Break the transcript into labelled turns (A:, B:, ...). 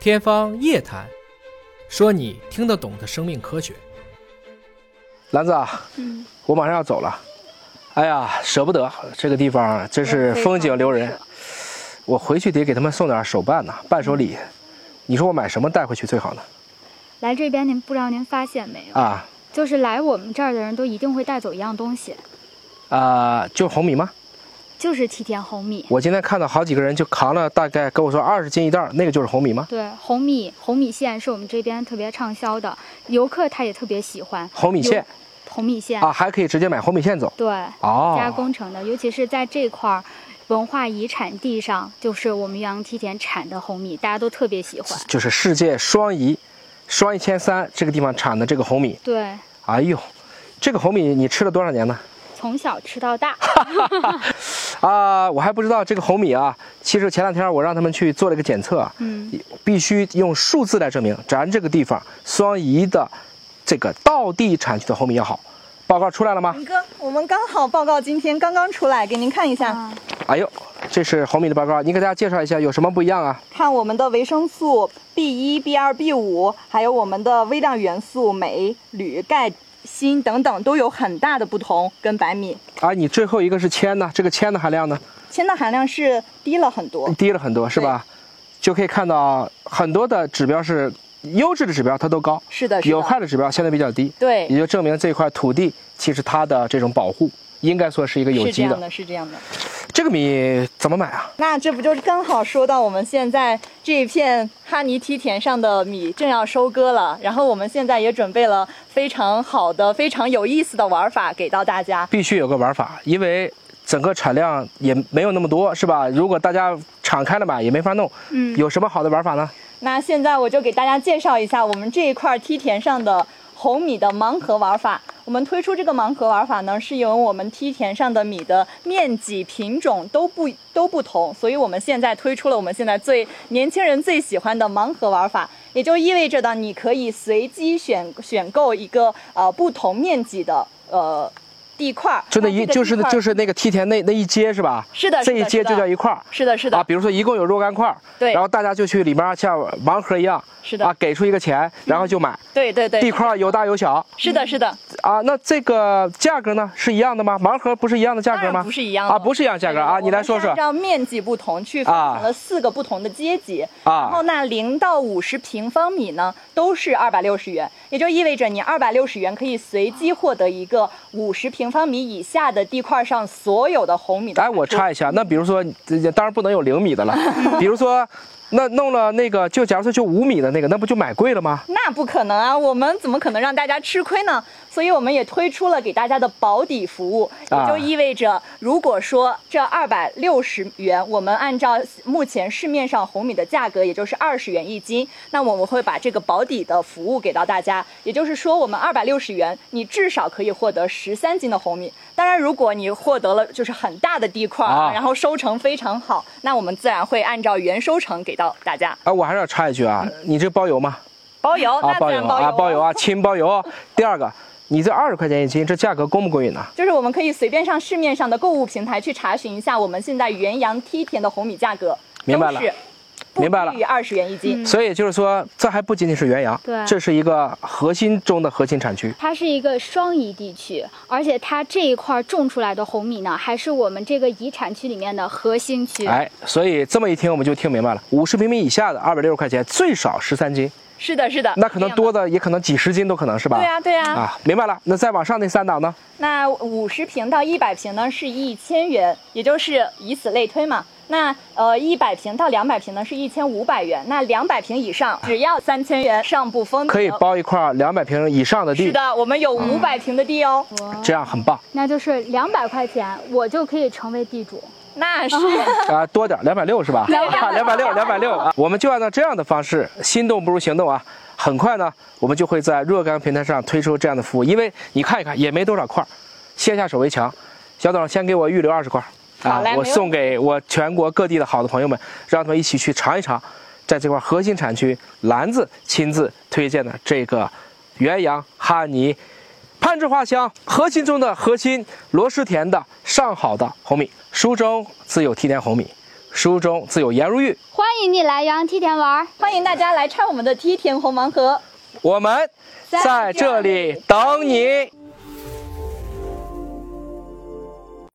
A: 天方夜谭，说你听得懂的生命科学。
B: 兰子，啊
C: 嗯，
B: 我马上要走了，哎呀，舍不得这个地方，真是风景留人。我回去得给他们送点手办呐、伴手礼。
C: 嗯
B: 你说我买什么带回去最好呢？
C: 来这边您不知道您发现没有，
B: 啊
C: 就是来我们这儿的人都一定会带走一样东西，
B: 啊、就是红米吗？
C: 就是梯田红米。
B: 我今天看到好几个人就扛了大概跟我说二十斤一袋儿，那个就是红米吗？
C: 对，红米红米线是我们这边特别畅销的，游客他也特别喜欢
B: 红米线，
C: 有红米线，
B: 啊，还可以直接买红米线走。
C: 对，加
B: 哦，
C: 工成的，尤其是在这块儿。文化遗产地上，就是我们岳阳梯田产的红米，大家都特别喜欢。
B: 就是世界双宜，双一千三这个地方产的这个红米。
C: 对，
B: 哎呦，这个红米你吃了多少年呢？
C: 从小吃 到大。
B: 啊，我还不知道这个红米啊。其实前两天我让他们去做了一个检测啊，
C: 嗯，
B: 必须用数字来证明咱这个地方双宜的这个道地产区的红米要好。报告出来了吗？
D: 明哥，我们刚好报告今天刚刚出来，给您看一下，
C: 啊
B: 哎呦，这是红米的报告，你给大家介绍一下有什么不一样啊？
D: 看我们的维生素 B 一、B 二、B 五，还有我们的微量元素镁、铝、钙、锌等等，都有很大的不同，跟白米。
B: 啊，你最后一个是铅呢，这个铅的含量呢
D: 铅的含量是低了很多，
B: 低了很多，是吧？就可以看到很多的指标是优质的指标它都高，
D: 是的，是
B: 有害
D: 的，
B: 的指标相对比较低，
D: 对
B: 也就证明这块土地其实它的这种保护应该说是一个有
D: 是这
B: 机
D: 样
B: 的。
D: 的，是这样的。
B: 这个米怎么买啊？
D: 那这不就是刚好说到我们现在这一片哈尼梯田上的米正要收割了，然后我们现在也准备了非常好的、非常有意思的玩法给到大家。
B: 必须有个玩法，因为整个产量也没有那么多，是吧？如果大家敞开了买也没法弄，
C: 嗯，
B: 有什么好的玩法呢？
D: 那现在我就给大家介绍一下我们这一块梯田上的红米的盲盒玩法。我们推出这个盲盒玩法呢，是由我们梯田上的米的面积、品种都不都不同，所以我们现在推出了我们现在最年轻人最喜欢的盲盒玩法，也就意味着呢，你可以随机选选购一个呃不同面积的呃地块儿，
B: 就那一
D: 这个
B: 就是
D: 地块儿
B: 就是那个梯田那那一阶是吧？
D: 是的，
B: 这
D: 是
B: 一
D: 的
B: 阶就叫一块儿。
D: 是的，是
B: 啊，
D: 的，
B: 比如说一共有若干块儿，
D: 对
B: 然后大家就去里面像盲盒一样，
D: 是
B: 啊
D: 的，，
B: 给出一个钱，然后就买，
D: 对对
B: 地
D: 对，
B: 块儿有大有小，
D: 是的，是的，
B: 啊，那这个价格呢是一样的吗？盲盒不是一样的价
D: 当
B: 格
D: 然
B: 吗？
D: 不是一样的
B: 啊，不是一样价格啊，你来说说
D: 按照面积不同去分成了四个不同的阶级，然
B: 啊
D: 后那零到五十平方米呢都是二百六十元，也就意味着你二百六十元可以随机获得一个五十平方米以下的地块上所有的红米的。
B: 哎，我插一下，那比如说，这当然不能有零米的了，比如说，那弄了那个，就假如说就五米的那个，那不就买贵了吗？
D: 那不可能啊！我们怎么可能让大家吃亏呢？所以我们也推出了给大家的保底服务，
B: 啊
D: 也就意味着，如果说这二百六十元，我们按照目前市面上红米的价格，也就是二十元一斤，那我们会把这个保底的服务给到大家。也就是说，我们二百六十元，你至少可以获得十三斤的红米。当然，如果你获得了就是很大的地块儿，
B: 啊
D: 然后收成非常好，那我们自然会按照原收成给到大家。
B: 啊，我还是要插一句啊，你这包邮吗？
D: 包邮，
B: 啊，
D: 那自然
B: 邮啊，
D: 邮哦
B: 包邮啊，亲包邮。第二个，你这二十块钱一斤，这价格过不过瘾呢？
D: 就是我们可以随便上市面上的购物平台去查询一下我们现在元阳梯田的红米价格，
B: 明白了
D: 都是不
B: 明白了
D: 低于二十元一斤。
C: 嗯
B: 所以就是说，这还不仅仅是元阳，
C: 对
B: 这是一个核心中的核心产区。
C: 它是一个双宜地区，而且它这一块种出来的红米呢，还是我们这个遗产区里面的核心区。
B: 哎，所以这么一听我们就听明白了，五十平米以下的二百六十块钱，最少十三斤，
D: 是的，是的，
B: 那可能多的也可能几十斤都可能是吧？
D: 对呀、对呀、
B: 啊，明白了。那再往上那三档呢？
D: 那五十平到一百平呢是一千元，也就是以此类推嘛。那呃，一百平到两百平呢是一千五百元，那两百平以上只要三千元，上不封顶
B: 可以。包一块两百平以嗯上的
D: 是
B: 地，
D: 的，我们有五百平的地哦。
B: 这样很 棒
C: 那就是两百块钱，我就可以成为地主。
D: 那是
B: 啊，多点两百六是吧？啊，两百六，两百六啊，我们就按照这样的方式，心动不如行动啊。很快呢，我们就会在若干平台上推出这样的服务，因为你看一看也没多少块儿，先下手为强。小董先给我预留二十块儿啊
D: 好嘞，
B: 我
D: 没问
B: 送给我全国各地的好的朋友们，让他们一起去尝一尝，在这块核心产区，兰子亲自推荐的这个元阳哈尼攀枝花香核心中的核心，螺蛳田的上好的红米，书中自有梯田红米，书中自有颜如玉，
C: 欢迎你来阳梯田玩儿。
D: 欢迎大家来拆我们的梯田红盲盒。
B: 我们在这里等你。